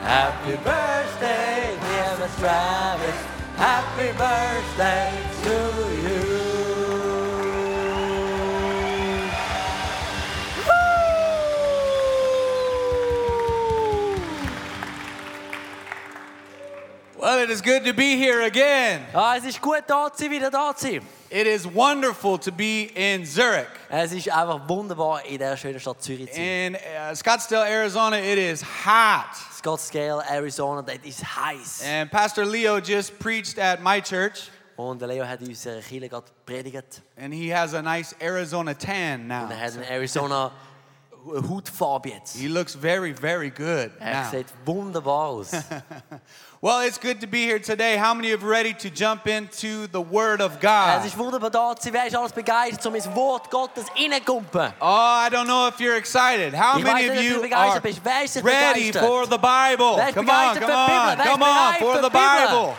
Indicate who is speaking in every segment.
Speaker 1: Happy birthday, dear Miss Travis. Happy birthday to you.
Speaker 2: Well, it is good to be here again.
Speaker 1: Ah, es ist gut, da zu sein, wieder da zu sein.
Speaker 2: It is wonderful to be in Zurich.
Speaker 1: Es ist einfach wunderbar, in dieser schönen Stadt Zürich zu
Speaker 2: In
Speaker 1: sein.
Speaker 2: uh, Scottsdale, Arizona, it is hot.
Speaker 1: Scottsdale, Arizona, das ist heiß.
Speaker 2: And Pastor Leo just preached at my church,
Speaker 1: Und der Leo hat in unserer Kirche gerade gepredigt.
Speaker 2: and he has a nice Arizona tan
Speaker 1: Und er
Speaker 2: now.
Speaker 1: hat in Arizona eine Hautfarbe jetzt.
Speaker 2: He looks very, very good
Speaker 1: Er
Speaker 2: now.
Speaker 1: sieht wunderbar aus.
Speaker 2: Well, it's good to be here today. How many of you are ready to jump into the Word of
Speaker 1: es
Speaker 2: God?
Speaker 1: ist wunderbar da zu sein. Wer ist alles begeistert, um ins Wort Gottes reinzukumpen?
Speaker 2: Oh, I don't know if you're excited. How
Speaker 1: Ich
Speaker 2: many
Speaker 1: weiß
Speaker 2: of
Speaker 1: nicht, ob
Speaker 2: you
Speaker 1: du
Speaker 2: are
Speaker 1: begeistert bist. Wer ist
Speaker 2: ready
Speaker 1: begeistert?
Speaker 2: for the Bible?
Speaker 1: Wer ist
Speaker 2: Come on,
Speaker 1: begeistert
Speaker 2: come on,
Speaker 1: für die Bibel? Wer ist
Speaker 2: come on,
Speaker 1: bereit
Speaker 2: for
Speaker 1: für
Speaker 2: the
Speaker 1: die Bibel?
Speaker 2: Bible.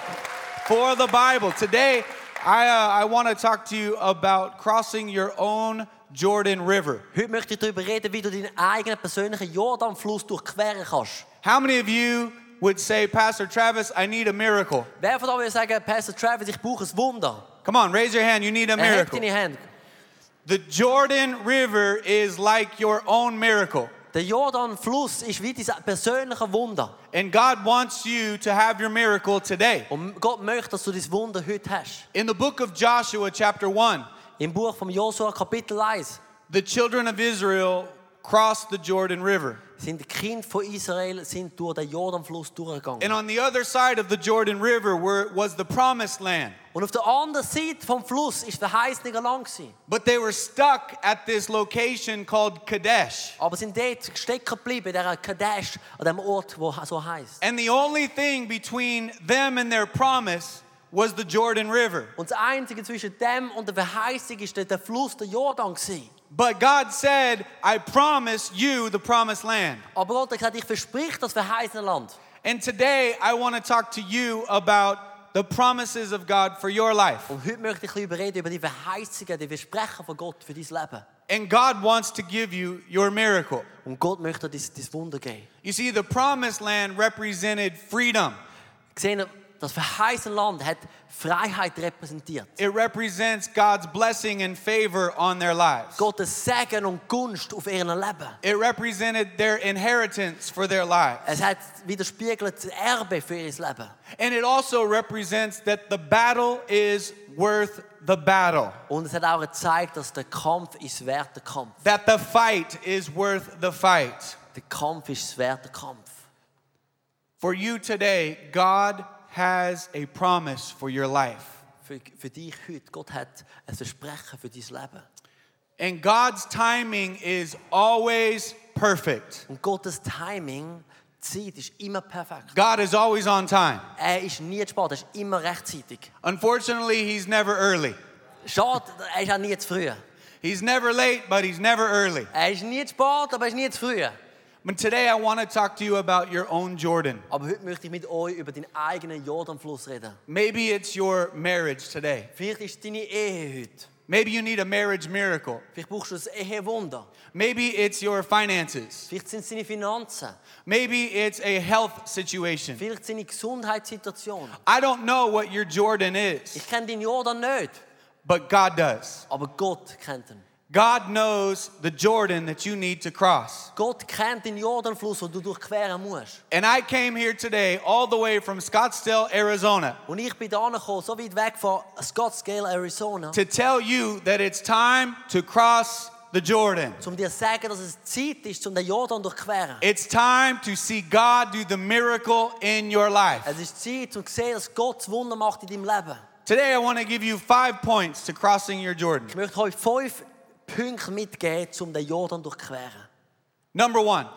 Speaker 2: For the Bible. Today, I, uh, I want to talk to you about crossing your own Jordan River.
Speaker 1: Heute möchte ich darüber reden, wie du deinen eigenen persönlichen Jordanfluss durchqueren kannst.
Speaker 2: How many of you would say, Pastor Travis, I need a miracle?
Speaker 1: Wer von euch würde sagen, Pastor Travis, ich brauche ein Wunder?
Speaker 2: Come on, raise your hand. You need a
Speaker 1: Erhebt
Speaker 2: miracle.
Speaker 1: deine Hände.
Speaker 2: The Jordan River is like your own miracle.
Speaker 1: Der Jordanfluss ist wie dein persönliches Wunder.
Speaker 2: And God wants you to have your miracle today.
Speaker 1: Und Gott möchte, dass du dein Wunder heute hast.
Speaker 2: In the book of Joshua, chapter 1,
Speaker 1: Im Buch von Josua, Kapitel 1,
Speaker 2: the children of Israel crossed the Jordan River.
Speaker 1: sind die Kinder von Israel sind durch den Jordanfluss
Speaker 2: And
Speaker 1: durchgegangen.
Speaker 2: on the other side of the Jordan River were, was the promised land.
Speaker 1: Und auf der anderen Seite vom Fluss ist der Heißniger lang gewesen.
Speaker 2: But they were stuck at this location called Kadesh.
Speaker 1: Aber sind dort stecken geblieben, in dieser Kadesh, an dem Ort, wo so heißt.
Speaker 2: And the only thing between them and their promise was the Jordan River.
Speaker 1: Und das Einzige zwischen dem und der Verheißung ist der- der Fluss der Jordan gewesen.
Speaker 2: But God said, I promise you the promised land.
Speaker 1: Aber Gott hat gesagt, ich verspreche das verheißene Land.
Speaker 2: And today I want to talk to you about the promises of God for your life.
Speaker 1: Und heute möchte ich ein bisschen überreden über die Verheißungen, die Versprechen von Gott für dein Leben.
Speaker 2: And God wants to give you your miracle.
Speaker 1: Und Gott möchte dir das Wunder geben.
Speaker 2: You see, the promised land represented freedom.
Speaker 1: Gesehen, das verheißene Land hat Freiheit repräsentiert.
Speaker 2: It represents God's blessing and favor on their lives.
Speaker 1: Gottes Segen und Gunst auf ihrem Leben.
Speaker 2: It represented their inheritance for their lives.
Speaker 1: Es hat widerspiegelt das Erbe für ihr Leben.
Speaker 2: And it also represents that the battle is worth the battle,
Speaker 1: Und es hat auch gezeigt, dass der Kampf ist wert der Kampf.
Speaker 2: that the fight is worth the fight.
Speaker 1: Der Kampf ist wert der Kampf.
Speaker 2: For you today, God has a promise for your life.
Speaker 1: Für, für dich heute, Gott hat ein Versprechen für dein Leben.
Speaker 2: And God's timing is always perfect.
Speaker 1: Und Gottes Timing, die Zeit ist immer perfekt.
Speaker 2: God is always on time.
Speaker 1: Er ist nie zu spät, er ist immer rechtzeitig.
Speaker 2: Unfortunately, He's never early.
Speaker 1: Schade, er ist auch nie zu früh.
Speaker 2: He's never late, but He's never early.
Speaker 1: Er ist nie zu spät, aber er ist nie zu früh.
Speaker 2: But today I want to talk to you about your own Jordan.
Speaker 1: Aber heute möchte ich mit euch über deinen eigenen Jordanfluss reden.
Speaker 2: Maybe it's your marriage today.
Speaker 1: Vielleicht ist es deine Ehe heute.
Speaker 2: Maybe you need a marriage miracle.
Speaker 1: Vielleicht brauchst du ein Ehewunder.
Speaker 2: Maybe it's your finances.
Speaker 1: Vielleicht sind es deine Finanzen.
Speaker 2: Maybe it's a health situation.
Speaker 1: Vielleicht seine Gesundheitssituation.
Speaker 2: I don't know what your Jordan is,
Speaker 1: Ich kenne deinen Jordan nicht,
Speaker 2: but God does.
Speaker 1: aber Gott kennt ihn.
Speaker 2: God knows the Jordan that you need to cross.
Speaker 1: Gott kennt den Jordanfluss, den du durchqueren musst.
Speaker 2: And I came here today all the way from Scottsdale, Arizona
Speaker 1: Und ich bin da gekommen, so weit weg von Scottsdale, Arizona,
Speaker 2: to tell you that it's time to cross the Jordan.
Speaker 1: um dir zu sagen, dass es Zeit ist, um den Jordan durchqueren.
Speaker 2: It's time to see God do the miracle in your life.
Speaker 1: Es ist Zeit, um zu sehen, dass Gott das Wunder macht in deinem Leben.
Speaker 2: Today, I want to give you five points to crossing your Jordan.
Speaker 1: Ich möchte euch fünf Punkte mitgeben, um den Jordan durchqueren.
Speaker 2: Number one,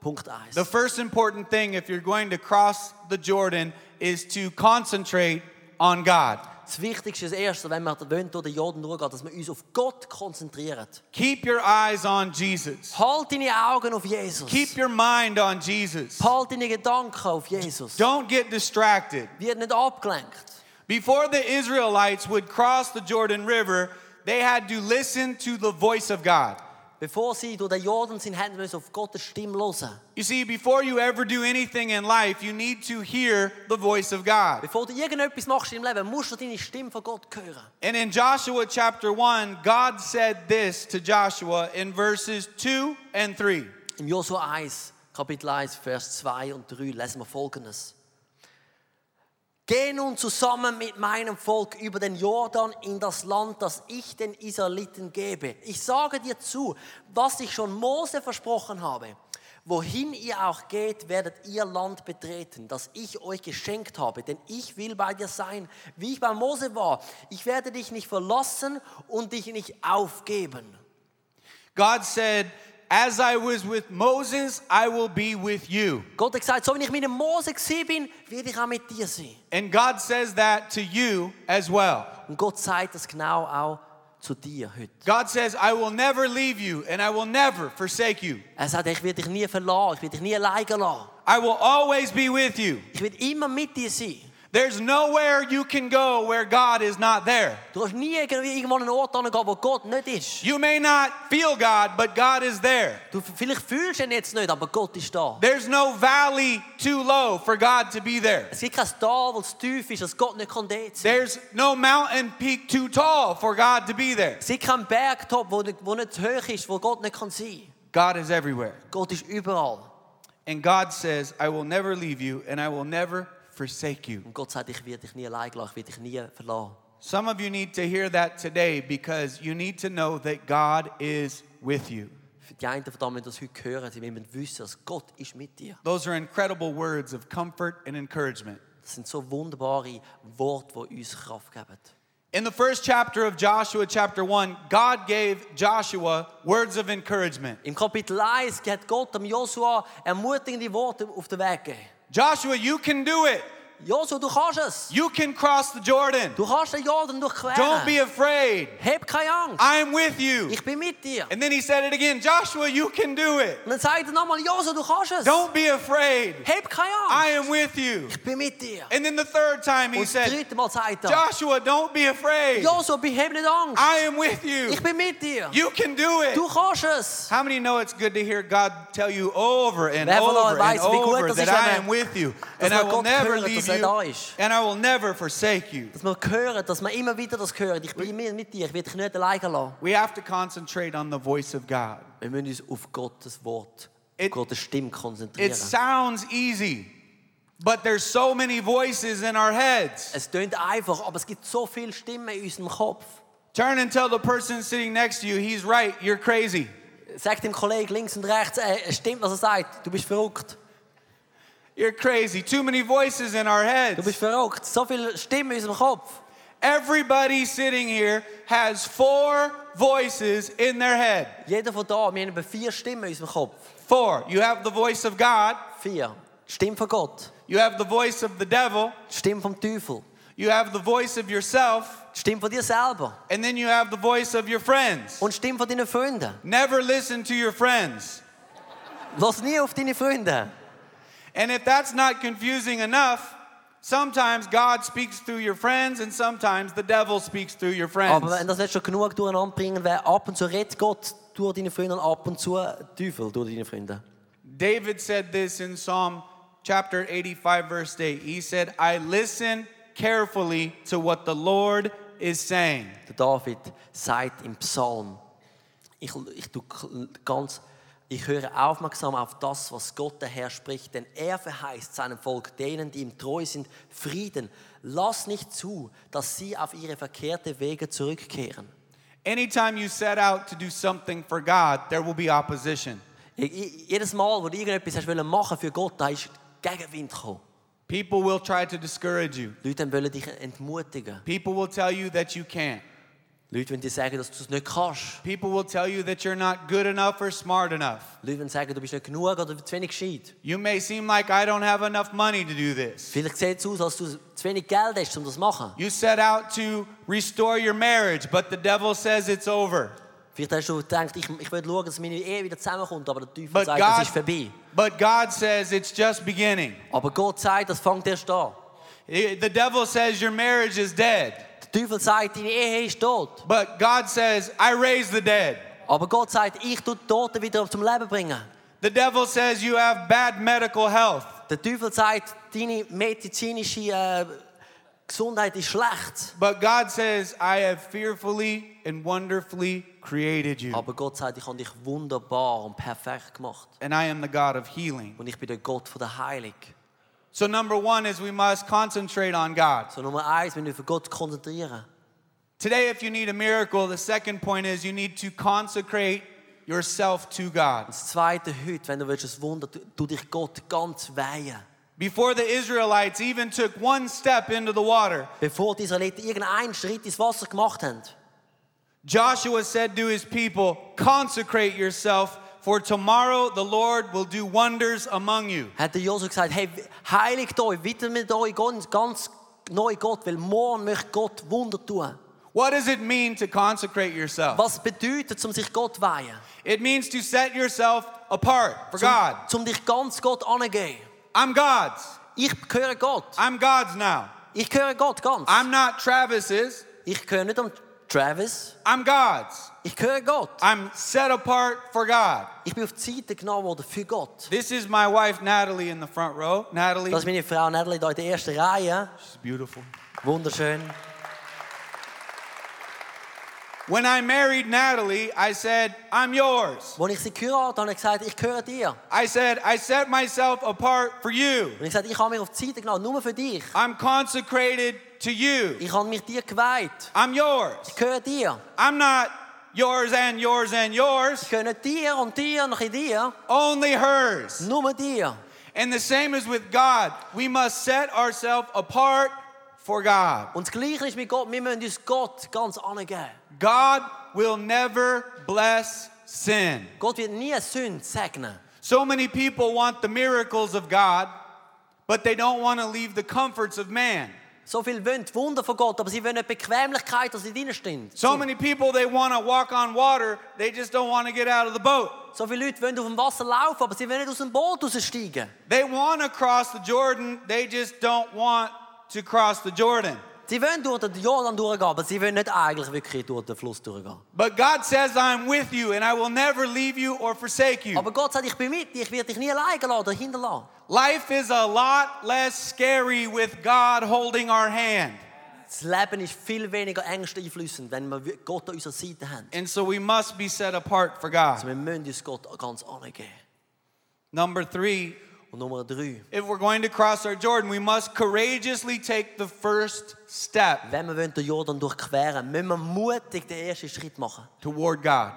Speaker 1: Punkt 1.
Speaker 2: the first important thing if you're going to cross the Jordan is to concentrate on God.
Speaker 1: Das Wichtigste ist das Erste, wenn wir wollen, durch den Jordan durchgehen, dass wir uns auf Gott konzentrieren.
Speaker 2: Keep your eyes on Jesus,
Speaker 1: Halt deine Augen auf Jesus.
Speaker 2: keep your mind on Jesus.
Speaker 1: Halt deine Gedanken auf Jesus.
Speaker 2: Don't get distracted.
Speaker 1: Wird nicht abgelenkt.
Speaker 2: Before the Israelites would cross the Jordan River, they had to listen to the voice of God.
Speaker 1: Bevor sie durch den Jordan sind, haben wir uns auf Gottes Stimme hören.
Speaker 2: You see, before you ever do anything in life, you need to hear the voice of God.
Speaker 1: Bevor du irgendetwas machst im Leben, musst du deine Stimme von Gott hören.
Speaker 2: And in Joshua chapter 1, God said this to Joshua in verses 2 and 3.
Speaker 1: Im Josua 1, Kapitel 1, Vers 2 und 3 lesen wir folgendes. Geh nun zusammen mit meinem Volk über den Jordan in das Land, das ich den Israeliten gebe. Ich sage dir zu, was ich schon Mose versprochen habe. Wohin ihr auch geht, werdet ihr Land betreten, das ich euch geschenkt habe. Denn ich will bei dir sein, wie ich bei Mose war. Ich werde dich nicht verlassen und dich nicht aufgeben.
Speaker 2: God said, As I was with Moses, I will be with you.
Speaker 1: Gott hat gesagt, so wie ich mit dem Mose gewesen bin, werde ich auch mit dir sein.
Speaker 2: And God says that to you as well.
Speaker 1: Und Gott sagt das genau auch zu dir heute.
Speaker 2: God says, I will never leave you and I will never forsake you.
Speaker 1: Er sagt, ich werde dich nie verlassen, ich werde dich nie alleine lassen.
Speaker 2: I will always be with you.
Speaker 1: Ich werde immer mit dir sein.
Speaker 2: There's nowhere you can go where God is not there.
Speaker 1: Du kannst nie irgendwie irgendwo an einen Ort hingehen, wo Gott nicht ist.
Speaker 2: You may not feel God, but God is there.
Speaker 1: Du, vielleicht fühlst du ihn jetzt nicht, aber Gott ist da.
Speaker 2: There's no valley too low for God to be there.
Speaker 1: Es gibt kein Tal, das zu tief ist, dass Gott nicht kann dort sein
Speaker 2: There's no mountain peak too tall for God to be there.
Speaker 1: Es gibt keinen Bergtop, wo nicht, wo nicht zu hoch ist, wo Gott nicht kann sein kann.
Speaker 2: God is everywhere.
Speaker 1: Gott ist überall.
Speaker 2: And God says, I will never leave you and I will never forsake you.
Speaker 1: Und Gott sagt, ich werde dich nie alleine lassen, ich werde dich nie verlassen.
Speaker 2: Some of you need to hear that today because you need to know that God is with you.
Speaker 1: Für die einen von denen, die das heute hören, sie müssen wissen, dass Gott ist mit dir.
Speaker 2: Those are incredible words of comfort and encouragement.
Speaker 1: Das sind so wunderbare Worte, die uns Kraft geben.
Speaker 2: In the first chapter of Joshua, chapter 1, God gave Joshua words of encouragement.
Speaker 1: Im Kapitel 1 hat Gott dem Josua ermutigende Worte auf den Weg gegeben.
Speaker 2: Joshua, you can do it.
Speaker 1: Josua, du kannst es.
Speaker 2: You can cross the Jordan.
Speaker 1: Du kannst den Jordan
Speaker 2: Don't be
Speaker 1: durchqueren.
Speaker 2: afraid.
Speaker 1: Heb keine Angst.
Speaker 2: I'm with you.
Speaker 1: Ich bin mit dir.
Speaker 2: And then he said it again Joshua, you can do it.
Speaker 1: Und dann sagt er nochmal, Josua, du kannst es.
Speaker 2: Don't be afraid.
Speaker 1: Heb keine
Speaker 2: I
Speaker 1: Angst.
Speaker 2: am with you.
Speaker 1: Ich bin mit dir.
Speaker 2: And then the third time he
Speaker 1: Und das
Speaker 2: said,
Speaker 1: dritte Mal sagt er,
Speaker 2: Joshua, don't be afraid.
Speaker 1: Josua, be- heb nicht Angst.
Speaker 2: I am with you.
Speaker 1: Ich bin mit dir.
Speaker 2: You can do it.
Speaker 1: Du kannst es.
Speaker 2: How many know it's good to hear God tell you over and
Speaker 1: Wer von euch
Speaker 2: over and
Speaker 1: weiß, wie gut
Speaker 2: over
Speaker 1: das
Speaker 2: that
Speaker 1: ist, wenn
Speaker 2: I
Speaker 1: er-
Speaker 2: am with you
Speaker 1: dass
Speaker 2: and I
Speaker 1: man
Speaker 2: will
Speaker 1: Gott
Speaker 2: never
Speaker 1: hört,
Speaker 2: leave
Speaker 1: dass er da
Speaker 2: you
Speaker 1: ist?
Speaker 2: and I will never forsake you?
Speaker 1: Dass wir hören, dass wir immer wieder das hören. Ich bin immer mit dir. Ich werde dich nicht alleine lassen.
Speaker 2: We have to concentrate on the voice of God.
Speaker 1: Wir müssen uns auf Gottes Wort, auf
Speaker 2: It-
Speaker 1: Gottes Stimme
Speaker 2: It
Speaker 1: konzentrieren.
Speaker 2: sounds easy, but there's so many voices in our heads.
Speaker 1: Es tönt einfach, aber es gibt so viele Stimmen in unserem Kopf.
Speaker 2: Turn and tell the person sitting next to you, he's right, you're crazy.
Speaker 1: Sag dem Kollegen links und rechts, äh, es stimmt, was er sagt. Du bist verrückt.
Speaker 2: You're crazy. Too many voices in our
Speaker 1: Du bist
Speaker 2: heads.
Speaker 1: verrückt. So viele Stimmen in unserem Kopf.
Speaker 2: Everybody sitting here has four voices in their head.
Speaker 1: Jeder von da, wir haben etwa vier Stimmen in unserem Kopf.
Speaker 2: Four. You have the voice of God,
Speaker 1: Vier. Die Stimme von Gott,
Speaker 2: you have the voice of the devil,
Speaker 1: die Stimme vom Teufel,
Speaker 2: you have the voice of yourself,
Speaker 1: die Stimme von dir selber
Speaker 2: and then you have the voice of your friends.
Speaker 1: und die Stimme von deinen Freunden.
Speaker 2: Never listen to your friends.
Speaker 1: Lass nie auf deine Freunde.
Speaker 2: And if that's not confusing enough, sometimes God speaks through your friends and sometimes the devil speaks through your friends.
Speaker 1: Aber wenn das nicht schon genug durcheinander bringen wäre, ab und zu redet Gott durch deine Freunde und ab und zu der Teufel durch deine Freunde.
Speaker 2: David said this in Psalm chapter 85, verse 8. He said, I listen carefully to what the Lord is saying.
Speaker 1: Der David sagt im Psalm, ich, ich, tu k- ganz, ich höre aufmerksam auf das, was Gott der Herr spricht, denn er verheißt seinem Volk, denen, die ihm treu sind, Frieden. Lass nicht zu, dass sie auf ihre verkehrte Wege zurückkehren.
Speaker 2: Anytime you set out to do something for God, there will be opposition.
Speaker 1: Je- je- Jedes Mal, wo du irgendetwas hast wollen machen für Gott, da ist Gegenwind gekommen.
Speaker 2: People will try to discourage you,
Speaker 1: Leute wollen dich entmutigen.
Speaker 2: people will tell you that you can't.
Speaker 1: Leute wollen dir sagen, dass du es nicht kannst.
Speaker 2: People will tell you that you're not good enough or smart enough.
Speaker 1: Leute wollen sagen, du bist nicht genug oder zu wenig gescheit.
Speaker 2: You may seem like I don't have enough money to do this.
Speaker 1: Vielleicht sieht es aus, als du zu wenig Geld hast, um das zu machen.
Speaker 2: You set out to restore your marriage, but the devil says it's over.
Speaker 1: Vielleicht hast du gedacht, ich, ich will schauen, dass meine Ehe wieder zusammenkommt, aber der Teufel
Speaker 2: But
Speaker 1: sagt,
Speaker 2: God-
Speaker 1: es ist vorbei.
Speaker 2: But God says it's just beginning.
Speaker 1: Aber Gott sagt, das fängt erst an.
Speaker 2: It- The devil says your marriage is dead,
Speaker 1: Der Teufel sagt, deine Ehe ist tot.
Speaker 2: but God says I raise the dead.
Speaker 1: Aber Gott sagt, ich tue die Toten wieder zum Leben bringen.
Speaker 2: The devil says you have bad medical health.
Speaker 1: Der Teufel sagt, deine medizinische äh, Gesundheit ist schlecht.
Speaker 2: But God says, I have fearfully and wonderfully created you.
Speaker 1: Aber Gott sagt, ich habe dich wunderbar und perfekt gemacht.
Speaker 2: And I am the God of healing.
Speaker 1: Und ich bin der Gott von der Heilung.
Speaker 2: So, number one is we must concentrate on God.
Speaker 1: So Nummer eins, wir dürfen Gott konzentrieren.
Speaker 2: Today, if you need a miracle, the second point is you need to consecrate yourself to God.
Speaker 1: Das Zweite heute, wenn du willst, ein Wunder, tu- tu dich Gott ganz weihen.
Speaker 2: Before the Israelites even took one step into the water,
Speaker 1: Bevor die Israeliten irgendeinen Schritt ins Wasser gemacht haben,
Speaker 2: Joshua said to his people, Consecrate yourself, for tomorrow the Lord will do wonders among you.
Speaker 1: hat der Josua gesagt, hey, heiligt euch, widmet euch ganz, ganz neu Gott, weil morgen möchte Gott Wunder tun.
Speaker 2: What does it mean to consecrate yourself?
Speaker 1: Was bedeutet, um sich Gott weihen?
Speaker 2: It means to set yourself apart for God.
Speaker 1: Zum Um, dich ganz Gott angehen.
Speaker 2: I'm God's.
Speaker 1: Ich gehöre Gott.
Speaker 2: I'm God's now.
Speaker 1: Ich gehöre Gott ganz.
Speaker 2: I'm not Travis's.
Speaker 1: Ich gehöre nicht am Travis.
Speaker 2: I'm God's.
Speaker 1: Ich gehöre Gott.
Speaker 2: I'm set apart for God.
Speaker 1: Ich bin auf die Seite genommen worden für Gott.
Speaker 2: This is my wife Natalie in the front row. Natalie,
Speaker 1: Das ist meine Frau Natalie da in der ersten Reihe.
Speaker 2: she's beautiful.
Speaker 1: Wunderschön.
Speaker 2: When I married Natalie, I said, I'm yours.
Speaker 1: Als ich sie geheiratet habe, habe ich gesagt, ich gehöre dir.
Speaker 2: I said, I set myself apart for you.
Speaker 1: Und ich sagte, ich habe mich auf die Seite genommen, nur für dich.
Speaker 2: I'm consecrated to you.
Speaker 1: Ich habe mich dir geweiht.
Speaker 2: I'm yours.
Speaker 1: Ich gehöre dir.
Speaker 2: I'm not yours and yours and
Speaker 1: Ich
Speaker 2: yours,
Speaker 1: gehöre nicht dir und dir und noch in dir,
Speaker 2: only hers.
Speaker 1: nur dir.
Speaker 2: And the same is with God. We must set ourselves apart for God.
Speaker 1: Und das Gleiche ist mit Gott, wir müssen uns Gott ganz angeben.
Speaker 2: God will never bless sin.
Speaker 1: Gott wird nie Sünde segnen.
Speaker 2: So many people want the miracles of God, but they don't want to leave the comforts of man.
Speaker 1: So viele wollen die Wunder von Gott, aber sie wollen eine Bequemlichkeit, dass sie drin stehen.
Speaker 2: So many people, they want to walk on water, they just don't want to get out of the boat.
Speaker 1: So viele Leute wollen auf dem Wasser laufen, aber sie wollen nicht aus dem Boot raussteigen.
Speaker 2: They want to cross the Jordan, they just don't want to cross the Jordan.
Speaker 1: Sie wollen durch den Jordan durchgehen, aber sie wollen nicht eigentlich wirklich durch den Fluss durchgehen.
Speaker 2: But God says, I'm with you and I will never leave you or forsake you.
Speaker 1: Aber Gott sagt, ich bin mit dir, ich werde dich nie alleine lassen oder hinterlassen.
Speaker 2: Life is a lot less scary with God holding our hand.
Speaker 1: Das Leben ist viel weniger ängsteinflößend, wenn wir Gott an unserer Seite haben.
Speaker 2: And so we must be set apart for
Speaker 1: Also
Speaker 2: God.
Speaker 1: wir müssen uns Gott ganz angeben.
Speaker 2: Number three,
Speaker 1: Und Nummer drei.
Speaker 2: if we're going to cross our Jordan, we must courageously take the first step
Speaker 1: Wenn wir wollen den Jordan durchqueren müssen wir mutig den ersten Schritt machen
Speaker 2: toward God.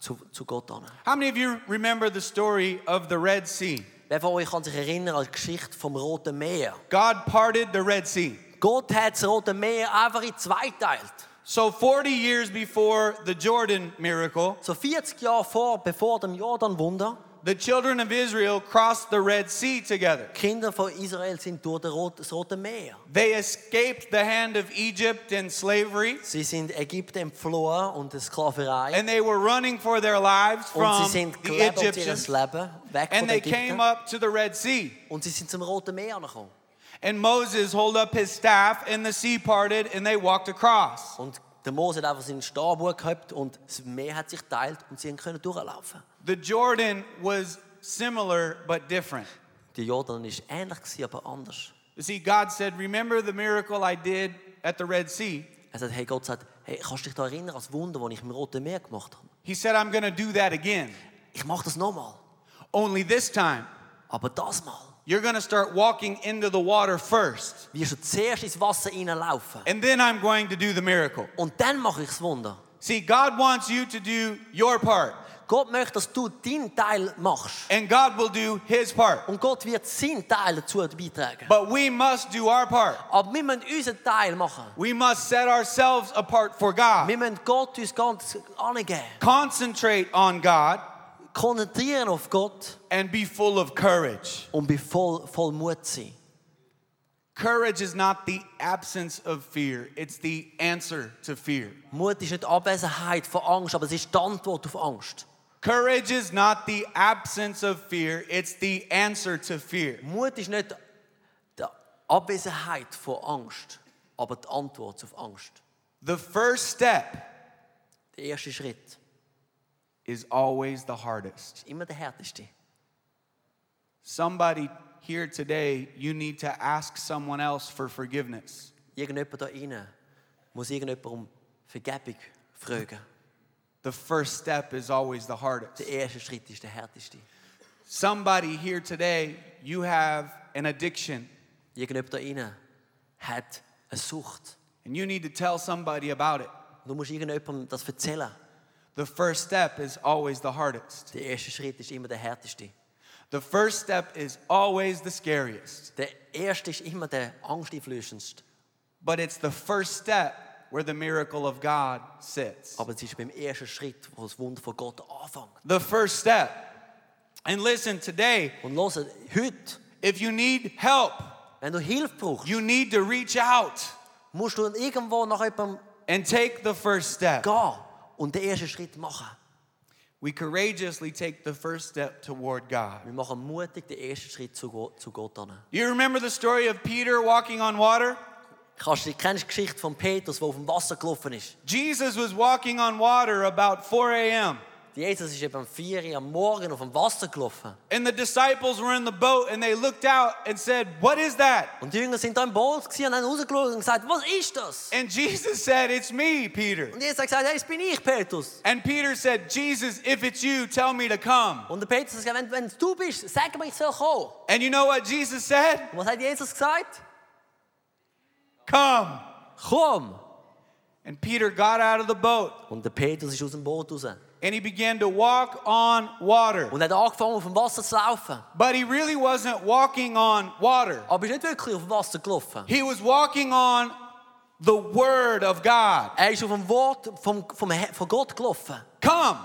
Speaker 1: zu, zu Gott an.
Speaker 2: How many of you remember the story of the Red Sea?
Speaker 1: Wer von euch kann sich erinnern an die Geschichte vom Roten Meer?
Speaker 2: God parted the Red Sea.
Speaker 1: Gott hat das Rote Meer einfach in zwei geteilt.
Speaker 2: So, 40 years before the Jordan miracle,
Speaker 1: So 40 Jahre vor, bevor dem Jordan-Wunder,
Speaker 2: the children of Israel crossed the Red Sea together.
Speaker 1: die Kinder von Israel sind durch den Rot- das Rote Meer.
Speaker 2: They escaped the hand of Egypt and slavery,
Speaker 1: Sie sind Ägypten entflohen und der Sklaverei.
Speaker 2: and they were running for their lives
Speaker 1: Und
Speaker 2: from
Speaker 1: sie sind
Speaker 2: the
Speaker 1: gelebt und ihr
Speaker 2: Egyptians.
Speaker 1: Leben weg von
Speaker 2: And
Speaker 1: den
Speaker 2: they came
Speaker 1: Ägypten.
Speaker 2: up to the Red Sea.
Speaker 1: Und sie sind zum Roten Meer angekommen.
Speaker 2: And Moses held up his staff, and the sea parted, and they walked across.
Speaker 1: Und der Mose hat einfach seinen Stabur gehabt und das Meer hat sich geteilt und sie können durchlaufen.
Speaker 2: The Jordan was similar but different.
Speaker 1: Der Jordan ist ähnlich gewesen, aber anders.
Speaker 2: You see, God said, Remember the miracle I did at the Red Sea?
Speaker 1: Er sagt, hey Gott sagt, hey, kannst du dich da erinnern an das Wunder, das ich im Roten Meer gemacht habe?
Speaker 2: He said, I'm going to do that again.
Speaker 1: Ich mache das nochmal,
Speaker 2: Only this time,
Speaker 1: aber das mal.
Speaker 2: you're going to start walking into the water first,
Speaker 1: Wirst du zuerst ins Wasser reinlaufen
Speaker 2: and then I'm going to do the miracle.
Speaker 1: und dann mache ich das Wunder.
Speaker 2: See, God wants you to do your part,
Speaker 1: Gott möchte, dass du deinen Teil machst
Speaker 2: and God will do His part.
Speaker 1: und Gott wird seinen Teil dazu beitragen.
Speaker 2: But we must do our part.
Speaker 1: Aber wir müssen unseren Teil machen.
Speaker 2: We must set ourselves apart for God,
Speaker 1: Wir müssen Gott uns ganz angeben,
Speaker 2: concentrate on God,
Speaker 1: konzentrieren auf Gott
Speaker 2: and be full of courage.
Speaker 1: und bei voll, voll Mut sein.
Speaker 2: Courage is not the absence of fear, it's the answer to fear.
Speaker 1: Mut ist nicht die Abwesenheit von Angst, aber es ist die Antwort auf Angst.
Speaker 2: Courage is not the absence of fear, it's the answer to fear.
Speaker 1: Mut ist nicht die Abwesenheit von Angst, aber die Antwort auf Angst.
Speaker 2: The first step
Speaker 1: Der erste Schritt
Speaker 2: is always the hardest.
Speaker 1: Immer der härteste.
Speaker 2: Somebody here today, you need to ask someone else for forgiveness.
Speaker 1: Irgendjemand da rein muss irgendjemand um Vergebung fragen.
Speaker 2: The first step is always the hardest.
Speaker 1: Der erste Schritt ist der härteste.
Speaker 2: Somebody here today, you have an addiction
Speaker 1: Irgendjemand da rein hat eine Sucht.
Speaker 2: and you need to tell somebody about it.
Speaker 1: Du musst irgendjemandem das erzählen.
Speaker 2: The first step is always the hardest.
Speaker 1: Der erste Schritt ist immer der härteste.
Speaker 2: The first step is always the scariest,
Speaker 1: Der erste ist immer der angsteinflößendste.
Speaker 2: but it's the first step where the miracle of God sits.
Speaker 1: Aber es ist beim ersten Schritt, wo das Wunder von Gott anfängt.
Speaker 2: The first step. And listen, today,
Speaker 1: Und los, heute,
Speaker 2: if you need help,
Speaker 1: wenn du Hilfe brauchst,
Speaker 2: you need to reach out
Speaker 1: musst du irgendwo nach jemandem
Speaker 2: and take the first step.
Speaker 1: gehen und den ersten Schritt machen.
Speaker 2: We courageously take the first step toward God.
Speaker 1: Wir machen mutig den ersten Schritt zu, Go- zu Gott an.
Speaker 2: Do you remember the story of Peter walking on water?
Speaker 1: Kannst du kennst du die Geschichte von Petrus, der auf dem Wasser gelaufen ist?
Speaker 2: Jesus was walking on water about 4 a.m.,
Speaker 1: Jesus ist eben um 4 Uhr am Morgen auf dem Wasser gelaufen.
Speaker 2: and the disciples were in the boat and they looked out and said, What is that?
Speaker 1: Und die Jünger sind da im Boot gewesen und haben rausgeschaut und gesagt, was ist das?
Speaker 2: And Jesus said, It's me, Peter.
Speaker 1: Und Jesus hat gesagt, hey, das bin ich, Petrus.
Speaker 2: And Peter said, Jesus, if it's you, tell me to come.
Speaker 1: Und der Petrus hat gesagt, wenn, wenn es du bist, sag mir, ich soll kommen.
Speaker 2: And you know what Jesus said?
Speaker 1: Und was hat Jesus gesagt?
Speaker 2: Come.
Speaker 1: Komm!
Speaker 2: And Peter got out of the boat
Speaker 1: Und der Petrus ist aus dem Boot raus.
Speaker 2: and he began to walk on water.
Speaker 1: Und hat angefangen, auf dem Wasser zu laufen.
Speaker 2: But he really wasn't walking on water.
Speaker 1: Aber ist nicht wirklich auf dem Wasser gelaufen.
Speaker 2: He was walking on the word of God.
Speaker 1: Er ist auf dem Wort vom, vom, He- von Gott gelaufen.
Speaker 2: Come.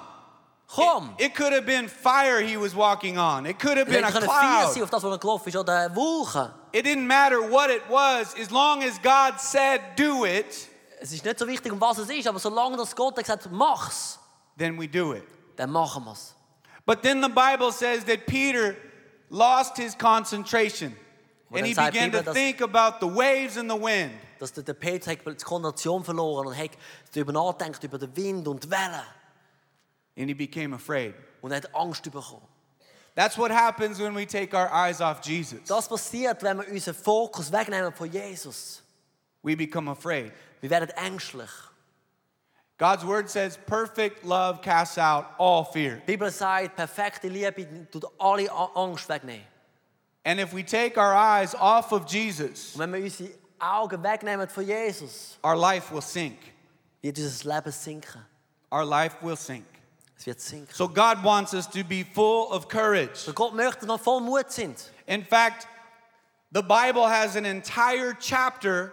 Speaker 1: Komm!
Speaker 2: It could have been fire he was walking on. It could have
Speaker 1: Wir
Speaker 2: been a
Speaker 1: können vier
Speaker 2: cloud.
Speaker 1: sein auf das, was er gelaufen ist, oder eine Wolke.
Speaker 2: It didn't matter what it was as long as God said do it,
Speaker 1: Es ist nicht so wichtig, um was es ist, aber solange das Gott hat gesagt mach's,
Speaker 2: then we do it.
Speaker 1: dann machen wir's.
Speaker 2: But then the Bible says that Peter lost his concentration
Speaker 1: But
Speaker 2: and he
Speaker 1: inside
Speaker 2: began
Speaker 1: Peter,
Speaker 2: to
Speaker 1: that's-
Speaker 2: think about the waves and the wind.
Speaker 1: Dass der, der Peter hat die Konzentration verloren und hat darüber nachgedacht, über den Wind und die Wellen.
Speaker 2: And he became afraid.
Speaker 1: Und er hat Angst bekommen.
Speaker 2: That's what happens when we take our eyes off Jesus.
Speaker 1: Das passiert, wenn wir unseren Fokus wegnehmen von Jesus.
Speaker 2: We become afraid.
Speaker 1: Wir werden ängstlich.
Speaker 2: God's word says perfect love casts out all fear.
Speaker 1: Die Bibel sagt, perfekte Liebe tut alle A- Angst wegnehmen.
Speaker 2: And if we take our eyes off of Jesus,
Speaker 1: Und wenn wir unsere Augen wegnehmen von Jesus,
Speaker 2: our life will sink.
Speaker 1: wird unser Leben sinken.
Speaker 2: Our life will sink.
Speaker 1: Es wird sinken.
Speaker 2: So God wants us to be full of courage.
Speaker 1: Und Gott möchte, dass wir voll Mut sind.
Speaker 2: In fact, the Bible has an entire chapter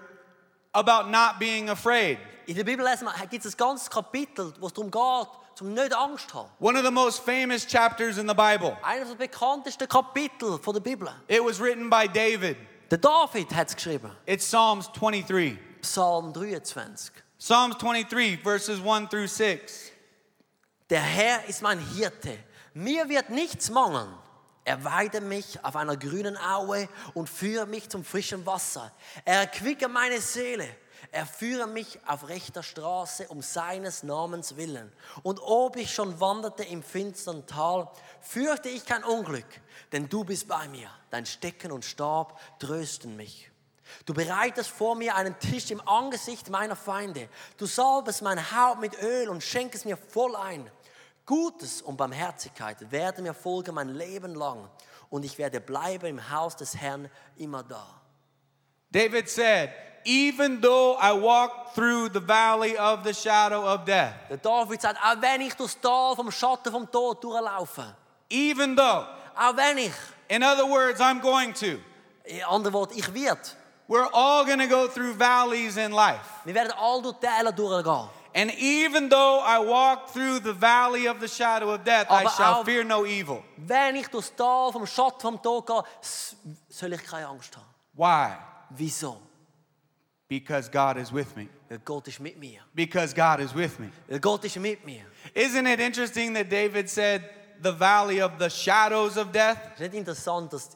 Speaker 2: about not being afraid.
Speaker 1: In der Bibel lesen wir, gibt es ein ganzes Kapitel, wo es darum geht, um nicht Angst zu haben.
Speaker 2: One of the most famous chapters in the Bible.
Speaker 1: Eines der bekanntesten Kapitel von der Bibel.
Speaker 2: It was written by David.
Speaker 1: Der David hat es geschrieben.
Speaker 2: It's Psalms 23.
Speaker 1: Psalm 23.
Speaker 2: Psalms 23, verses 1 through 6.
Speaker 1: Der Herr ist mein Hirte. Mir wird nichts mangeln. Er weide mich auf einer grünen Aue und führe mich zum frischen Wasser. Er erquicke meine Seele. Er führe mich auf rechter Straße um seines Namens willen. Und ob ich schon wanderte im finstern Tal, fürchte ich kein Unglück, denn du bist bei mir. Dein Stecken und Stab trösten mich. Du bereitest vor mir einen Tisch im Angesicht meiner Feinde. Du salbest mein Haupt mit Öl und schenkest mir voll ein. Gutes und Barmherzigkeit werden mir folgen mein Leben lang und ich werde bleiben im Haus des Herrn immer da.
Speaker 2: David said, Even though I walk through the valley of the shadow of death,
Speaker 1: Der David sagt, auch wenn ich durchs Tal vom Schatten vom Tod durchlaufe,
Speaker 2: even though,
Speaker 1: auch wenn ich,
Speaker 2: in other words, I'm going to.
Speaker 1: in anderen Worten, ich wird.
Speaker 2: We're all going to go through valleys in life.
Speaker 1: Wir werden all durch Täler durchgehen.
Speaker 2: And even though I walk through the valley of the shadow of death, I
Speaker 1: Aber
Speaker 2: shall
Speaker 1: auch-
Speaker 2: fear no evil.
Speaker 1: Wenn ich durchs Tal vom Schatten vom Tod gehe, s- soll ich keine Angst haben.
Speaker 2: Why?
Speaker 1: Wieso?
Speaker 2: Because God is with me.
Speaker 1: Weil Gott ist mit mir.
Speaker 2: Because God is with me.
Speaker 1: Weil Gott ist mit mir.
Speaker 2: Isn't it interesting that David said, the valley of the shadows of death?
Speaker 1: Es ist nicht interessant, dass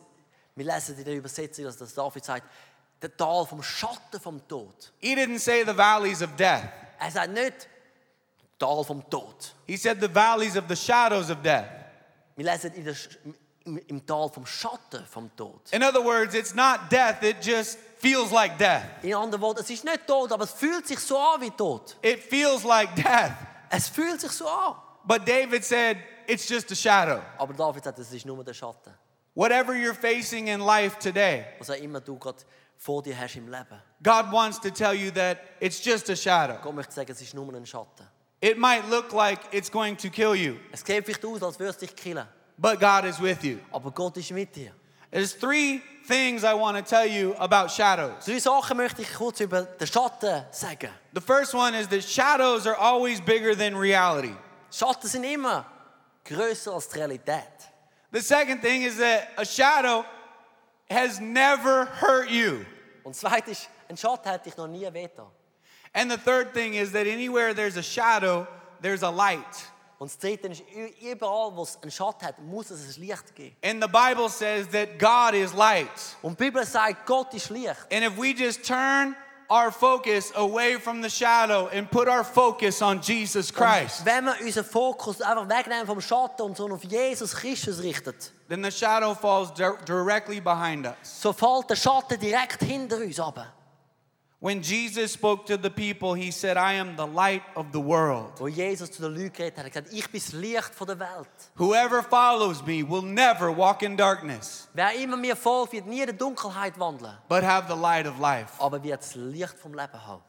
Speaker 1: wir lesen in der Übersetzung, dass das David sagt, der Tal vom Schatten vom Tod.
Speaker 2: He didn't say the valleys of death.
Speaker 1: Er sagt nicht Tal vom Tod.
Speaker 2: He said the valleys of the shadows of death.
Speaker 1: Wir lesen in der, Sch- im, im Tal vom Schatten vom Tod.
Speaker 2: In other words, it's not death, it just feels like death.
Speaker 1: In anderen Worten, es ist nicht Tod, aber es fühlt sich so an wie Tod.
Speaker 2: It feels like death.
Speaker 1: Es fühlt sich so an.
Speaker 2: But David said, it's just a shadow.
Speaker 1: Aber David sagt, es ist nur der Schatten.
Speaker 2: Whatever you're facing in life today,
Speaker 1: Was auch immer du gerade vor dir hast im Leben.
Speaker 2: God wants to tell you that it's just a shadow.
Speaker 1: Gott möchte sagen, es ist nur ein Schatten.
Speaker 2: It might look like it's going to kill you,
Speaker 1: Es sieht vielleicht aus, als würdest du dich killen.
Speaker 2: but God is with you.
Speaker 1: Aber Gott ist mit dir.
Speaker 2: There's three things I want to tell you about shadows.
Speaker 1: Drei Sachen möchte ich kurz über den Schatten sagen.
Speaker 2: The first one is that shadows are always bigger than reality.
Speaker 1: Schatten sind immer größer als die Realität.
Speaker 2: The second thing is that a shadow has never hurt you.
Speaker 1: Und zweitens, ein Schatten hätte ich noch nie wehgetan.
Speaker 2: And the third thing is that anywhere there's a shadow, there's a light.
Speaker 1: Und das Dritte ist, ü- überall, wo es einen Schatten hat, muss es ein Licht geben.
Speaker 2: And the Bible says that God is light.
Speaker 1: Und die Bibel sagt, Gott ist Licht.
Speaker 2: And if we just turn our focus away from the shadow and put our focus on Jesus
Speaker 1: Und
Speaker 2: Christ,
Speaker 1: wenn wir unseren Fokus einfach wegnehmen vom Schatten und so auf Jesus Christus richtet,
Speaker 2: then the shadow falls dir- directly behind us.
Speaker 1: so fällt der Schatten direkt hinter uns ab.
Speaker 2: When Jesus spoke to the people, he said, I am the light of the world.
Speaker 1: Wo Jesus zu den Leuten geredet hat, hat er gesagt, ich bin das Licht von der Welt.
Speaker 2: Whoever follows me will never walk in darkness,
Speaker 1: Wer immer mir folgt, wird nie in der Dunkelheit wandeln,
Speaker 2: but have the light of life.
Speaker 1: aber wird das Licht vom Leben haben.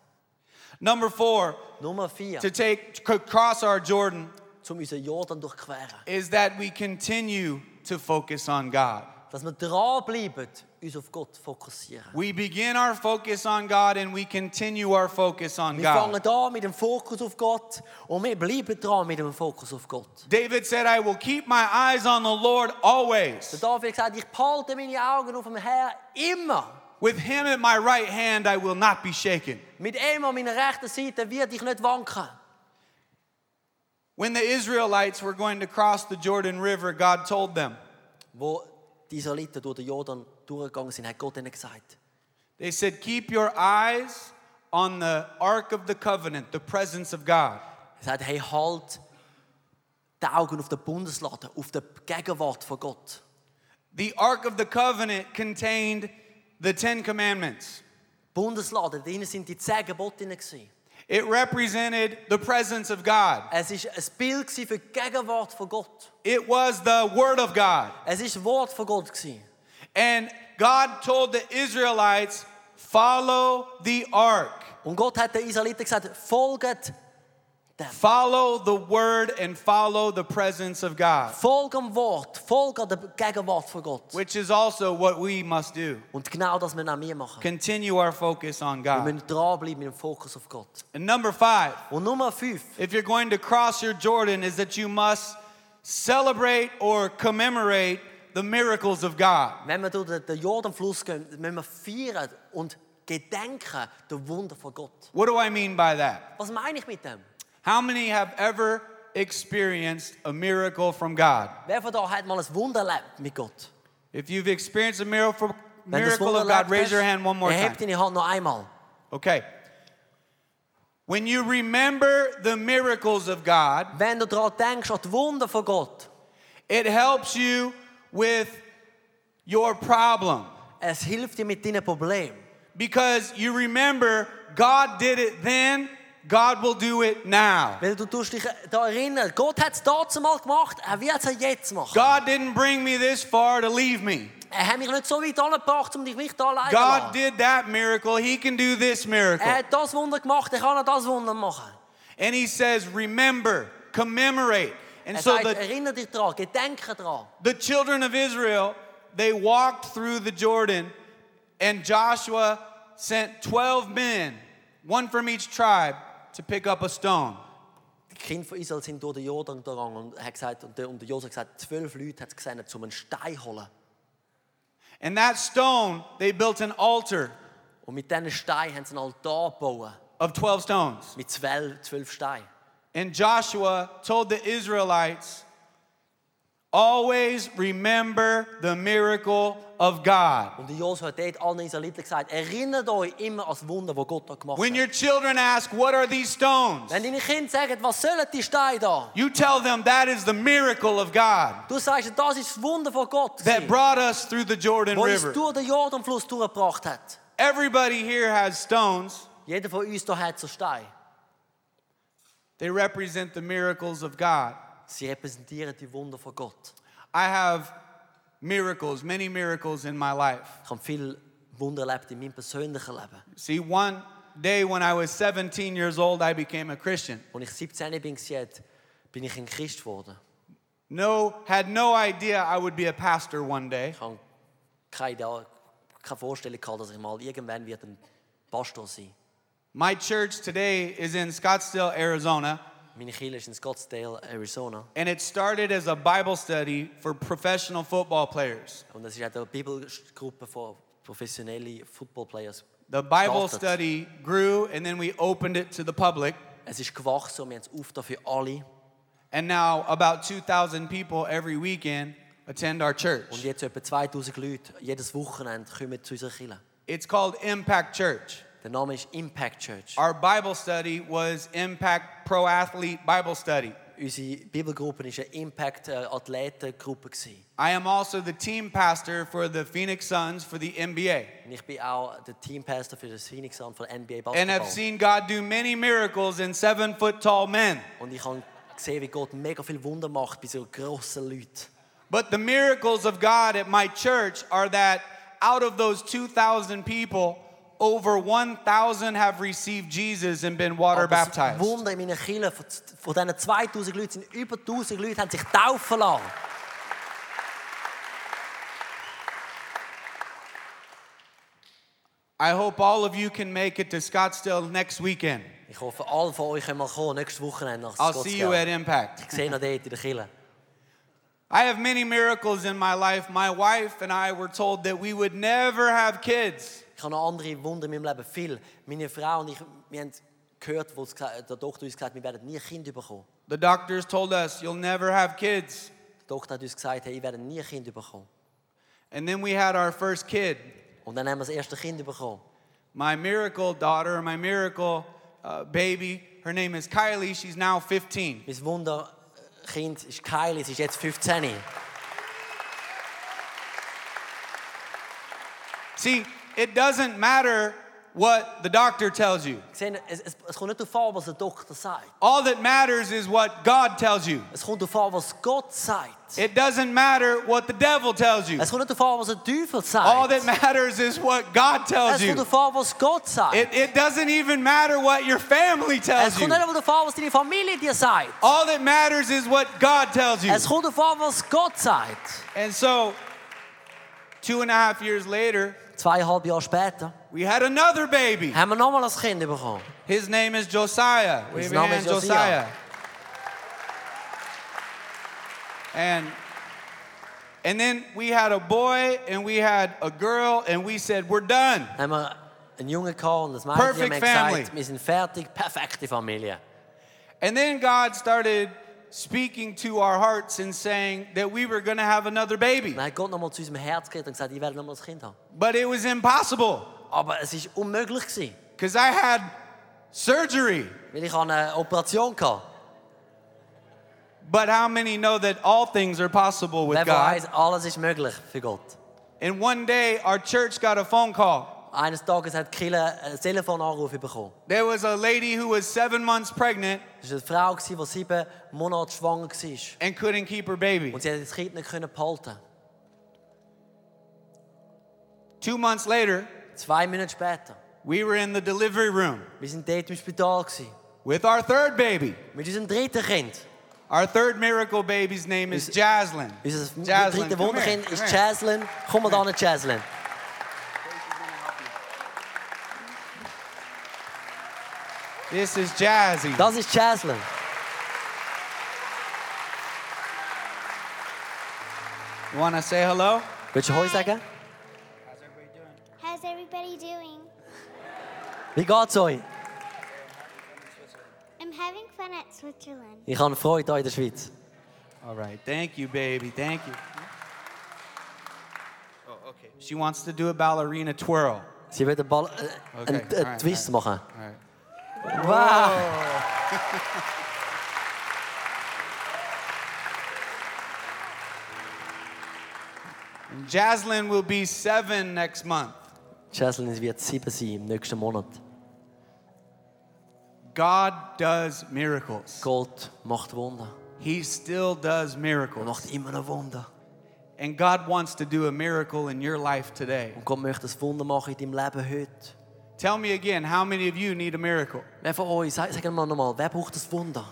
Speaker 2: Number four,
Speaker 1: Nummer vier,
Speaker 2: to take to cross our Jordan
Speaker 1: um unseren Jordan durchqueren.
Speaker 2: is that we continue to focus on God.
Speaker 1: Dass wir dranbleiben, uns auf Gott fokussieren.
Speaker 2: We begin our focus on God and we continue our focus on
Speaker 1: Wir
Speaker 2: God.
Speaker 1: fangen an mit dem Fokus auf Gott und wir bleiben dran mit dem Fokus auf Gott.
Speaker 2: David said, I will keep my eyes on the Lord
Speaker 1: Der
Speaker 2: always.
Speaker 1: David hat gesagt, ich behalte meine Augen auf dem Herrn immer.
Speaker 2: With him at my right hand, I will not be shaken.
Speaker 1: Mit ihm an meiner rechten Seite wird ich nicht wanken.
Speaker 2: When the Israelites were going to cross the Jordan River, God told them,
Speaker 1: Wo die Israeliten durch den Jordan durchgegangen sind, hat Gott ihnen gesagt,
Speaker 2: They said, Keep your eyes on the Ark of the Covenant, the presence of God.
Speaker 1: er sagt, hey, halt die Augen auf den Bundesladen, auf die Gegenwart von Gott.
Speaker 2: The Ark of the Covenant contained the Ten Commandments,
Speaker 1: Bundesladen, da sind die zehn Gebote drin. gewesen.
Speaker 2: it represented the presence of God,
Speaker 1: Es war ein Bild gewesen für die Gegenwart von Gott.
Speaker 2: it was the Word of God.
Speaker 1: Es war das Wort von Gott. gewesen.
Speaker 2: And God told the Israelites, Follow the Ark,
Speaker 1: Und Gott hat den Israeliten gesagt, folgt dem.
Speaker 2: follow the Word, and follow the presence of God,
Speaker 1: Folgt dem Wort, folgt der Gegenwart von Gott.
Speaker 2: which is also what we must do.
Speaker 1: Und genau das müssen auch wir machen.
Speaker 2: Continue our focus on
Speaker 1: Wir
Speaker 2: God.
Speaker 1: müssen dranbleiben mit dem Fokus auf Gott.
Speaker 2: And number five,
Speaker 1: Und Nummer 5
Speaker 2: if you're going to cross your Jordan, is that you must celebrate or commemorate the miracles of God.
Speaker 1: Wenn wir durch den- den Jordanfluss gehen, müssen wir feiern und gedenken der Wunder von Gott.
Speaker 2: What do I mean by that?
Speaker 1: Was meine ich mit dem?
Speaker 2: How many have ever experienced a miracle from God?
Speaker 1: Wer von da hat mal ein Wunder erlebt mit Gott?
Speaker 2: If you've experienced a miracle,
Speaker 1: Wenn du das
Speaker 2: miracle
Speaker 1: Wunder
Speaker 2: of God,
Speaker 1: erlebt
Speaker 2: raise
Speaker 1: hast,
Speaker 2: your hand one more
Speaker 1: erheb
Speaker 2: time.
Speaker 1: deine Hand noch einmal.
Speaker 2: Okay. When you remember the miracles of God,
Speaker 1: Wenn du daran denkst, an die Wunder von Gott,
Speaker 2: it helps you with your problem
Speaker 1: es hilft dir mit deinem Problem.
Speaker 2: because you remember God did it then, God will do it now.
Speaker 1: Weil du tust dich daran erinnern, Gott hat es damals mal gemacht, er wird es auch jetzt machen.
Speaker 2: God didn't bring me this far to leave me.
Speaker 1: Er hat mich nicht so weit angebracht, um dich nicht allein zu
Speaker 2: God
Speaker 1: lassen.
Speaker 2: did that miracle, He can do this miracle.
Speaker 1: Er hat das Wunder gemacht, er kann auch das Wunder machen.
Speaker 2: And He says, Remember, commemorate. And
Speaker 1: Er
Speaker 2: so
Speaker 1: sagt,
Speaker 2: the,
Speaker 1: erinnere dich daran, gedenke daran.
Speaker 2: the children of Israel, they walked through the Jordan, and Joshua sent 12 men, one from each tribe, to pick up a stone.
Speaker 1: Die Kinder von Israel sind durch den Jordan gegangen und hat gesagt, und der, und der Josef hat gesagt, zwölf Leute hat es gesehen, um einen Stein zu holen.
Speaker 2: And that stone, they built an altar
Speaker 1: Und mit diesen Stein haben sie einen Altar gebaut.
Speaker 2: of 12 stones.
Speaker 1: Mit zwölf, zwölf Steinen.
Speaker 2: And Joshua told the Israelites, Always remember the miracle of God.
Speaker 1: Und Josua hat allen Israeliten gesagt, erinnert euch immer an das Wunder, das Gott da gemacht
Speaker 2: When
Speaker 1: hat.
Speaker 2: your children ask, What are these stones?
Speaker 1: Wenn deine Kinder sagen, was sollen die Steine da?
Speaker 2: You tell them that is the miracle of God
Speaker 1: Du sagst, das ist das Wunder von Gott,
Speaker 2: that
Speaker 1: gewesen,
Speaker 2: brought us through the Jordan
Speaker 1: wo uns
Speaker 2: River.
Speaker 1: durch den Jordanfluss durchgebracht hat.
Speaker 2: Everybody here has stones,
Speaker 1: Jeder von uns hier hat so Stein.
Speaker 2: they represent the miracles of God.
Speaker 1: Sie repräsentieren die Wunder von Gott.
Speaker 2: I have miracles, many miracles in my life.
Speaker 1: Ich habe viele Wunder erlebt in meinem persönlichen Leben.
Speaker 2: See, one day when I was 17 years old, I became a Christian.
Speaker 1: Als ich 17 bin, war, bin ich ein Christ geworden.
Speaker 2: No, had no idea I would be a pastor one day.
Speaker 1: Ich habe keine, Idee- keine Vorstellung, gehabt, dass ich mal irgendwann wird ein Pastor sein
Speaker 2: My church today is in Scottsdale, Arizona,
Speaker 1: Meine Kirche ist in Scottsdale, Arizona.
Speaker 2: and it started as a Bible study for professional football players.
Speaker 1: Und das ist auch eine Bibelgruppe von professionellen Footballplayers.
Speaker 2: The Bible
Speaker 1: Started.
Speaker 2: study grew, and then we opened it to the public.
Speaker 1: Es ist gewachsen und wir haben es auf für alle.
Speaker 2: And now about 2,000 people every weekend attend our
Speaker 1: Und
Speaker 2: church.
Speaker 1: jetzt etwa 2000 Leute jedes Wochenende kommen zu unserer Kirche.
Speaker 2: It's called Impact Church.
Speaker 1: Der Name ist Impact Church.
Speaker 2: Our Bible study was Impact Pro Athlete Bible Study.
Speaker 1: Unsere Bibelgruppe war eine Impact-Athletengruppe. gewesen.
Speaker 2: I am also the team pastor for the Phoenix Suns for the NBA.
Speaker 1: Und ich bin auch der Teampastor für das Phoenix Sun von NBA
Speaker 2: And I've
Speaker 1: Basketball.
Speaker 2: seen God do many miracles in seven foot tall men.
Speaker 1: Und ich habe gesehen, wie Gott mega viel Wunder macht bei so grossen Leuten.
Speaker 2: But the miracles of God at my church are that out of those 2,000 people, over 1,000 have received Jesus and been water
Speaker 1: Aber das
Speaker 2: baptized.
Speaker 1: Wunder in meiner Kirche, von, von diesen 2000 Leuten, sind über 1000 Leute haben sich taufen lassen.
Speaker 2: I hope all of you can make it to Scottsdale next weekend.
Speaker 1: Ich hoffe, alle von euch können mal kommen, nächste Woche nach
Speaker 2: I'll see you at
Speaker 1: Scottsdale.
Speaker 2: Impact.
Speaker 1: Ich sehe noch dort in der Kirche.
Speaker 2: I have many miracles in my life. My wife and I were told that we would never have kids.
Speaker 1: Ich habe noch andere Wunder in meinem Leben, viel. Meine Frau und ich, wir haben gehört, wo es, gesa- der Doktor uns gesagt hat, wir dus werden nie ein Kind bekommen.
Speaker 2: The doctors told us, You'll never have kids.
Speaker 1: Die Doktor hat uns gesagt, dus hey, ich werde nie ein Kind bekommen.
Speaker 2: And then we had our first kid.
Speaker 1: Und dann haben wir das erste Kind bekommen.
Speaker 2: My miracle daughter, my miracle uh, baby, her name is Kylie. She's now 15.
Speaker 1: Mein Wunderkind ist eh, Kylie, sie ist jetzt 15.
Speaker 2: See, it doesn't matter what the doctor tells you,
Speaker 1: Sehen, es, es, es kommt nicht darauf an, was der Doktor sagt.
Speaker 2: all that matters is what God tells you.
Speaker 1: Es kommt darauf an, was Gott sagt.
Speaker 2: It doesn't matter what the devil tells you.
Speaker 1: Es kommt nicht darauf an, was der Teufel
Speaker 2: All that
Speaker 1: sagt.
Speaker 2: matters is what God tells
Speaker 1: Es kommt
Speaker 2: you.
Speaker 1: darauf an, was Gott sagt.
Speaker 2: It, it doesn't even matter what your family
Speaker 1: Es
Speaker 2: tells you.
Speaker 1: kommt nicht einmal darauf an, was deine Familie dir sagt.
Speaker 2: All that matters is what God tells you.
Speaker 1: Es kommt darauf an, was Gott sagt.
Speaker 2: And so, two and a half years later,
Speaker 1: Zweieinhalb Jahre später
Speaker 2: we had another baby.
Speaker 1: haben wir nochmal ein Kind bekommen.
Speaker 2: His name is Josiah. Wave
Speaker 1: His
Speaker 2: your
Speaker 1: name
Speaker 2: hand,
Speaker 1: is
Speaker 2: Josiah.
Speaker 1: Josiah.
Speaker 2: And and then we had a boy and we had a girl and we said we're done.
Speaker 1: Dann haben wir einen Jungen gehabt und das Mädchen und wir haben
Speaker 2: Perfect family.
Speaker 1: gesagt, wir sind fertig, perfekte Familie.
Speaker 2: And then God started speaking to our hearts and saying that we were going to have another baby.
Speaker 1: Dann hat Gott nochmal zu unserem Herz geredet und gesagt, ich werde nochmal ein Kind haben.
Speaker 2: But it was impossible
Speaker 1: Aber es war unmöglich, gewesen,
Speaker 2: cuz I had surgery.
Speaker 1: weil ich hatte eine Operation hatte.
Speaker 2: But how many know that all things are possible with
Speaker 1: Wer weiß,
Speaker 2: God?
Speaker 1: alles ist möglich für Gott.
Speaker 2: And one day our church got a phone call
Speaker 1: Eines Tages hat Kille einen Telefonanruf bekommen.
Speaker 2: There was a lady who was seven months pregnant
Speaker 1: Es war eine Frau, gewesen, die sieben Monate schwanger war.
Speaker 2: and couldn't keep her baby.
Speaker 1: Und sie hat das Kind nicht können behalten.
Speaker 2: Two months later,
Speaker 1: Zwei Minuten später,
Speaker 2: we were in the delivery room
Speaker 1: wir sind dort im Spital. Gewesen,
Speaker 2: with our third baby.
Speaker 1: mit unserem dritten Kind.
Speaker 2: Our third miracle baby's name is Jaslyn.
Speaker 1: Unser
Speaker 2: Jaslyn,
Speaker 1: drittes
Speaker 2: come here,
Speaker 1: Wunderkind
Speaker 2: come
Speaker 1: ist
Speaker 2: here.
Speaker 1: Jaslyn. Komm mal da hin, Jaslyn.
Speaker 2: This is Jazzy.
Speaker 1: Das ist Jaslyn.
Speaker 2: You want to say hello?
Speaker 1: Willst du Heu sagen?
Speaker 3: How's everybody doing?
Speaker 1: Wie geht's euch?
Speaker 3: I'm having fun at Switzerland.
Speaker 1: Ich habe Freude hier in der Schweiz.
Speaker 2: All right. Thank you, baby. Thank you. Oh, okay. She wants to do a ballerina twirl.
Speaker 1: Sie will den Ball, äh, einen,
Speaker 2: Okay,
Speaker 1: äh,
Speaker 2: alright,
Speaker 1: Twist machen.
Speaker 2: All right.
Speaker 1: Wow.
Speaker 2: And Jaslyn will be seven next month.
Speaker 1: Jaslyn wird sieben sein im nächsten Monat.
Speaker 2: God does miracles.
Speaker 1: Gott macht Wunder.
Speaker 2: He still does
Speaker 1: Er
Speaker 2: miracles.
Speaker 1: macht immer noch Wunder.
Speaker 2: And God wants to do a miracle in your life today.
Speaker 1: Und Gott möchte ein Wunder machen in deinem Leben heute.
Speaker 2: Tell me again, how many of you need a miracle?
Speaker 1: Wer von euch, sag, sag mal nochmal, wer braucht das Wunder?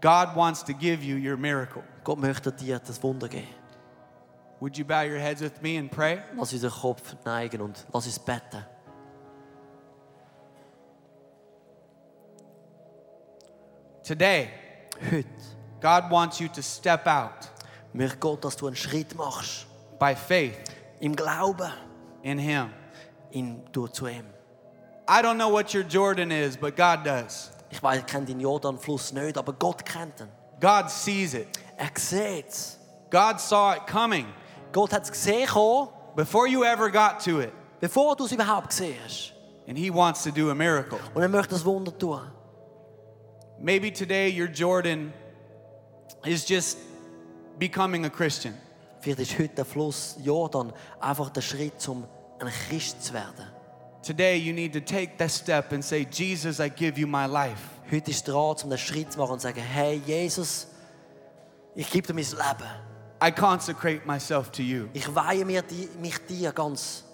Speaker 2: God wants to give you your miracle.
Speaker 1: Gott möchte dir das Wunder geben.
Speaker 2: Would you bow your heads with me and pray?
Speaker 1: Lass unseren Kopf neigen und lass uns beten.
Speaker 2: Today,
Speaker 1: Heute
Speaker 2: God wants you to step out
Speaker 1: möchte Gott, dass du einen Schritt machst.
Speaker 2: by faith
Speaker 1: Im Glauben
Speaker 2: in Him.
Speaker 1: in, durch zu ihm.
Speaker 2: I don't know what your Jordan is, but God does.
Speaker 1: Ich weiß, ich kenne den Jordanfluss nicht, aber Gott kennt ihn.
Speaker 2: God sees it.
Speaker 1: Er sieht es.
Speaker 2: God saw it coming
Speaker 1: Gott hat es gesehen, gekommen,
Speaker 2: before you ever got to it,
Speaker 1: bevor du es überhaupt gesehen hast.
Speaker 2: and He wants to do a miracle.
Speaker 1: Und er möchte das Wunder tun.
Speaker 2: Maybe today your Jordan is just becoming a Christian.
Speaker 1: Vielleicht ist heute der Fluss Jordan einfach der Schritt, um ein Christ zu werden.
Speaker 2: Today you need to take that step and say, Jesus, I give you my life.
Speaker 1: Heute ist dran, um den Schritt zu machen und zu sagen, hey Jesus, ich gebe dir mein Leben.
Speaker 2: I consecrate myself to you.
Speaker 1: Ich weihe mir di mich dir ganz.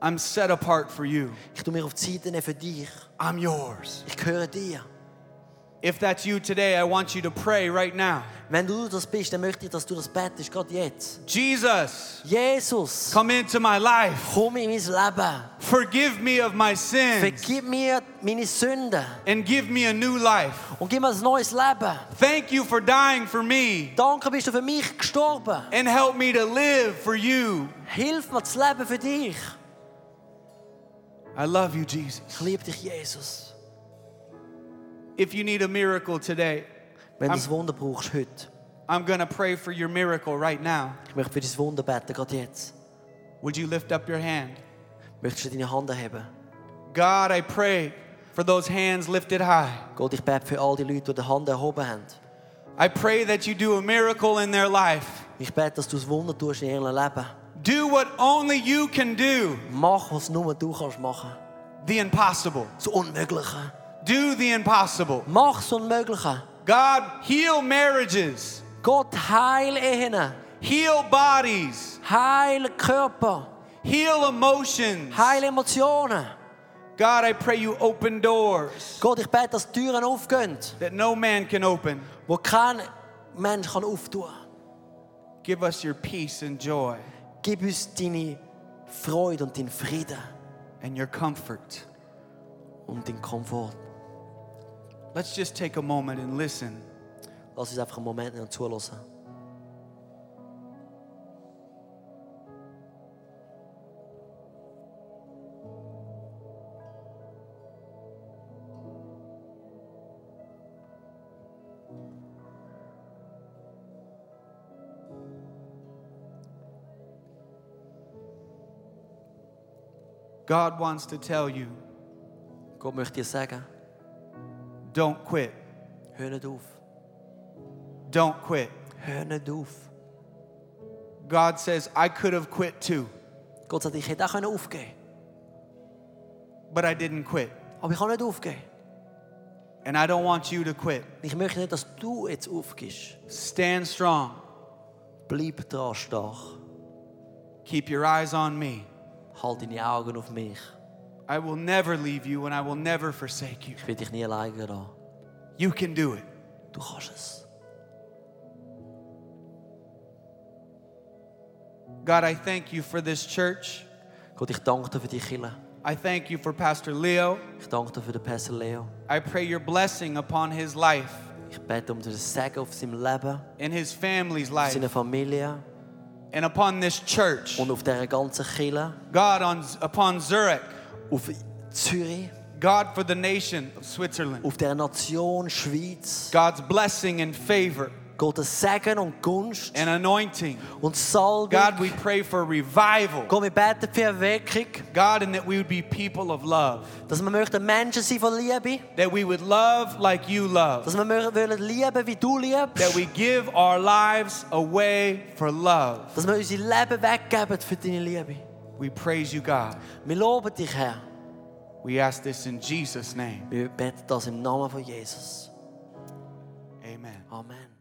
Speaker 2: I'm set apart for you.
Speaker 1: Ich tue mir auf die Seite nehmen für dich.
Speaker 2: I'm yours.
Speaker 1: Ich gehöre dir.
Speaker 2: If that's you today, I want you to pray right now.
Speaker 1: Wenn du das bist, dann möchte ich, dass du das betest, gerade jetzt.
Speaker 2: Jesus,
Speaker 1: Jesus,
Speaker 2: come into my life.
Speaker 1: komm in mein Leben.
Speaker 2: Forgive me of my sins
Speaker 1: Vergib mir meine Sünden
Speaker 2: and give me a new life.
Speaker 1: und gib mir ein neues Leben.
Speaker 2: Thank you for dying for me
Speaker 1: Danke, bist du für mich gestorben.
Speaker 2: and help me to live for you.
Speaker 1: Hilf mir zu leben für dich.
Speaker 2: I love you, Jesus.
Speaker 1: Ich liebe dich, Jesus.
Speaker 2: If you need a miracle today,
Speaker 1: Wenn du
Speaker 2: Am-
Speaker 1: das Wunder brauchst heute,
Speaker 2: I'm going to pray for your miracle right now.
Speaker 1: ich möchte für dein Wunder beten, gerade jetzt.
Speaker 2: Would you lift up your hand?
Speaker 1: Möchtest du deine Hand erheben?
Speaker 2: God, I pray for those hands lifted high.
Speaker 1: Gott, ich bete für all die Leute, die die Hand erhoben haben.
Speaker 2: I pray that you do a miracle in their life.
Speaker 1: Ich bete, dass du das Wunder tust in ihrem Leben.
Speaker 2: Do what only you can do
Speaker 1: Mach, was nur du kannst machen.
Speaker 2: the impossible.
Speaker 1: Das Unmögliche.
Speaker 2: Do the impossible.
Speaker 1: Mach das Unmögliche.
Speaker 2: God, heal marriages,
Speaker 1: Gott, heil Ehen.
Speaker 2: heal bodies,
Speaker 1: Heil Körper.
Speaker 2: heal emotions.
Speaker 1: Heil Emotionen.
Speaker 2: God, I pray you open doors
Speaker 1: Gott, ich bete, dass die Türen aufgehen,
Speaker 2: that no man can open.
Speaker 1: wo kein Mensch kann auftun kann.
Speaker 2: Give us your peace and joy
Speaker 1: Gib uns deine Freude und deinen Frieden
Speaker 2: and your comfort.
Speaker 1: und deinen Komfort.
Speaker 2: Let's just take a moment and listen.
Speaker 1: Lass uns einfach einen Moment noch zulassen.
Speaker 2: God wants to tell you
Speaker 1: Gott möchte dir sagen,
Speaker 2: don't quit.
Speaker 1: hör nicht auf.
Speaker 2: Don't quit.
Speaker 1: Hör nicht auf.
Speaker 2: God says, I could have quit too,
Speaker 1: Gott sagt, ich hätte auch können aufgeben können.
Speaker 2: but I didn't quit.
Speaker 1: Aber ich kann nicht aufgeben.
Speaker 2: And I don't want you to quit.
Speaker 1: Ich möchte nicht, dass du jetzt aufgibst.
Speaker 2: Stand strong.
Speaker 1: Bleib dran stark.
Speaker 2: Keep your eyes on me.
Speaker 1: Halt deine Augen auf mich.
Speaker 2: I will never leave you and I will never forsake you.
Speaker 1: Ich will dich nie alleine lassen.
Speaker 2: You can do it.
Speaker 1: Du kannst es.
Speaker 2: God, I thank you for this church.
Speaker 1: Gott, ich danke dir für die Kirche.
Speaker 2: I thank you for Pastor Leo.
Speaker 1: Ich danke dir für den Pastor Leo.
Speaker 2: I pray your blessing upon his life
Speaker 1: Ich bete um den Segen auf seinem Leben,
Speaker 2: and his family's
Speaker 1: auf
Speaker 2: life
Speaker 1: seiner Familie
Speaker 2: and upon this church.
Speaker 1: und auf dieser ganzen Kirche,
Speaker 2: God, on, upon Zurich.
Speaker 1: auf Zürich,
Speaker 2: God, for the nation of Switzerland.
Speaker 1: auf der Nation Schweiz.
Speaker 2: God's blessing and favor.
Speaker 1: Gottes Segen und Gunst
Speaker 2: and anointing.
Speaker 1: und Salbung.
Speaker 2: God, we pray for revival.
Speaker 1: Gott, wir beten für Erweckung,
Speaker 2: God, and that we would be people of love.
Speaker 1: dass wir möchten Menschen sein von Liebe,
Speaker 2: That we would love like you love.
Speaker 1: dass wir mö- wollen lieben, wie du
Speaker 2: That
Speaker 1: liebst,
Speaker 2: we give our lives away for love.
Speaker 1: dass wir unser Leben weggeben für deine Liebe.
Speaker 2: We praise you, God.
Speaker 1: Wir loben dich, Herr.
Speaker 2: We ask this in Jesus' name.
Speaker 1: Wir beten das im Namen von Jesus.
Speaker 2: Amen.
Speaker 1: Amen.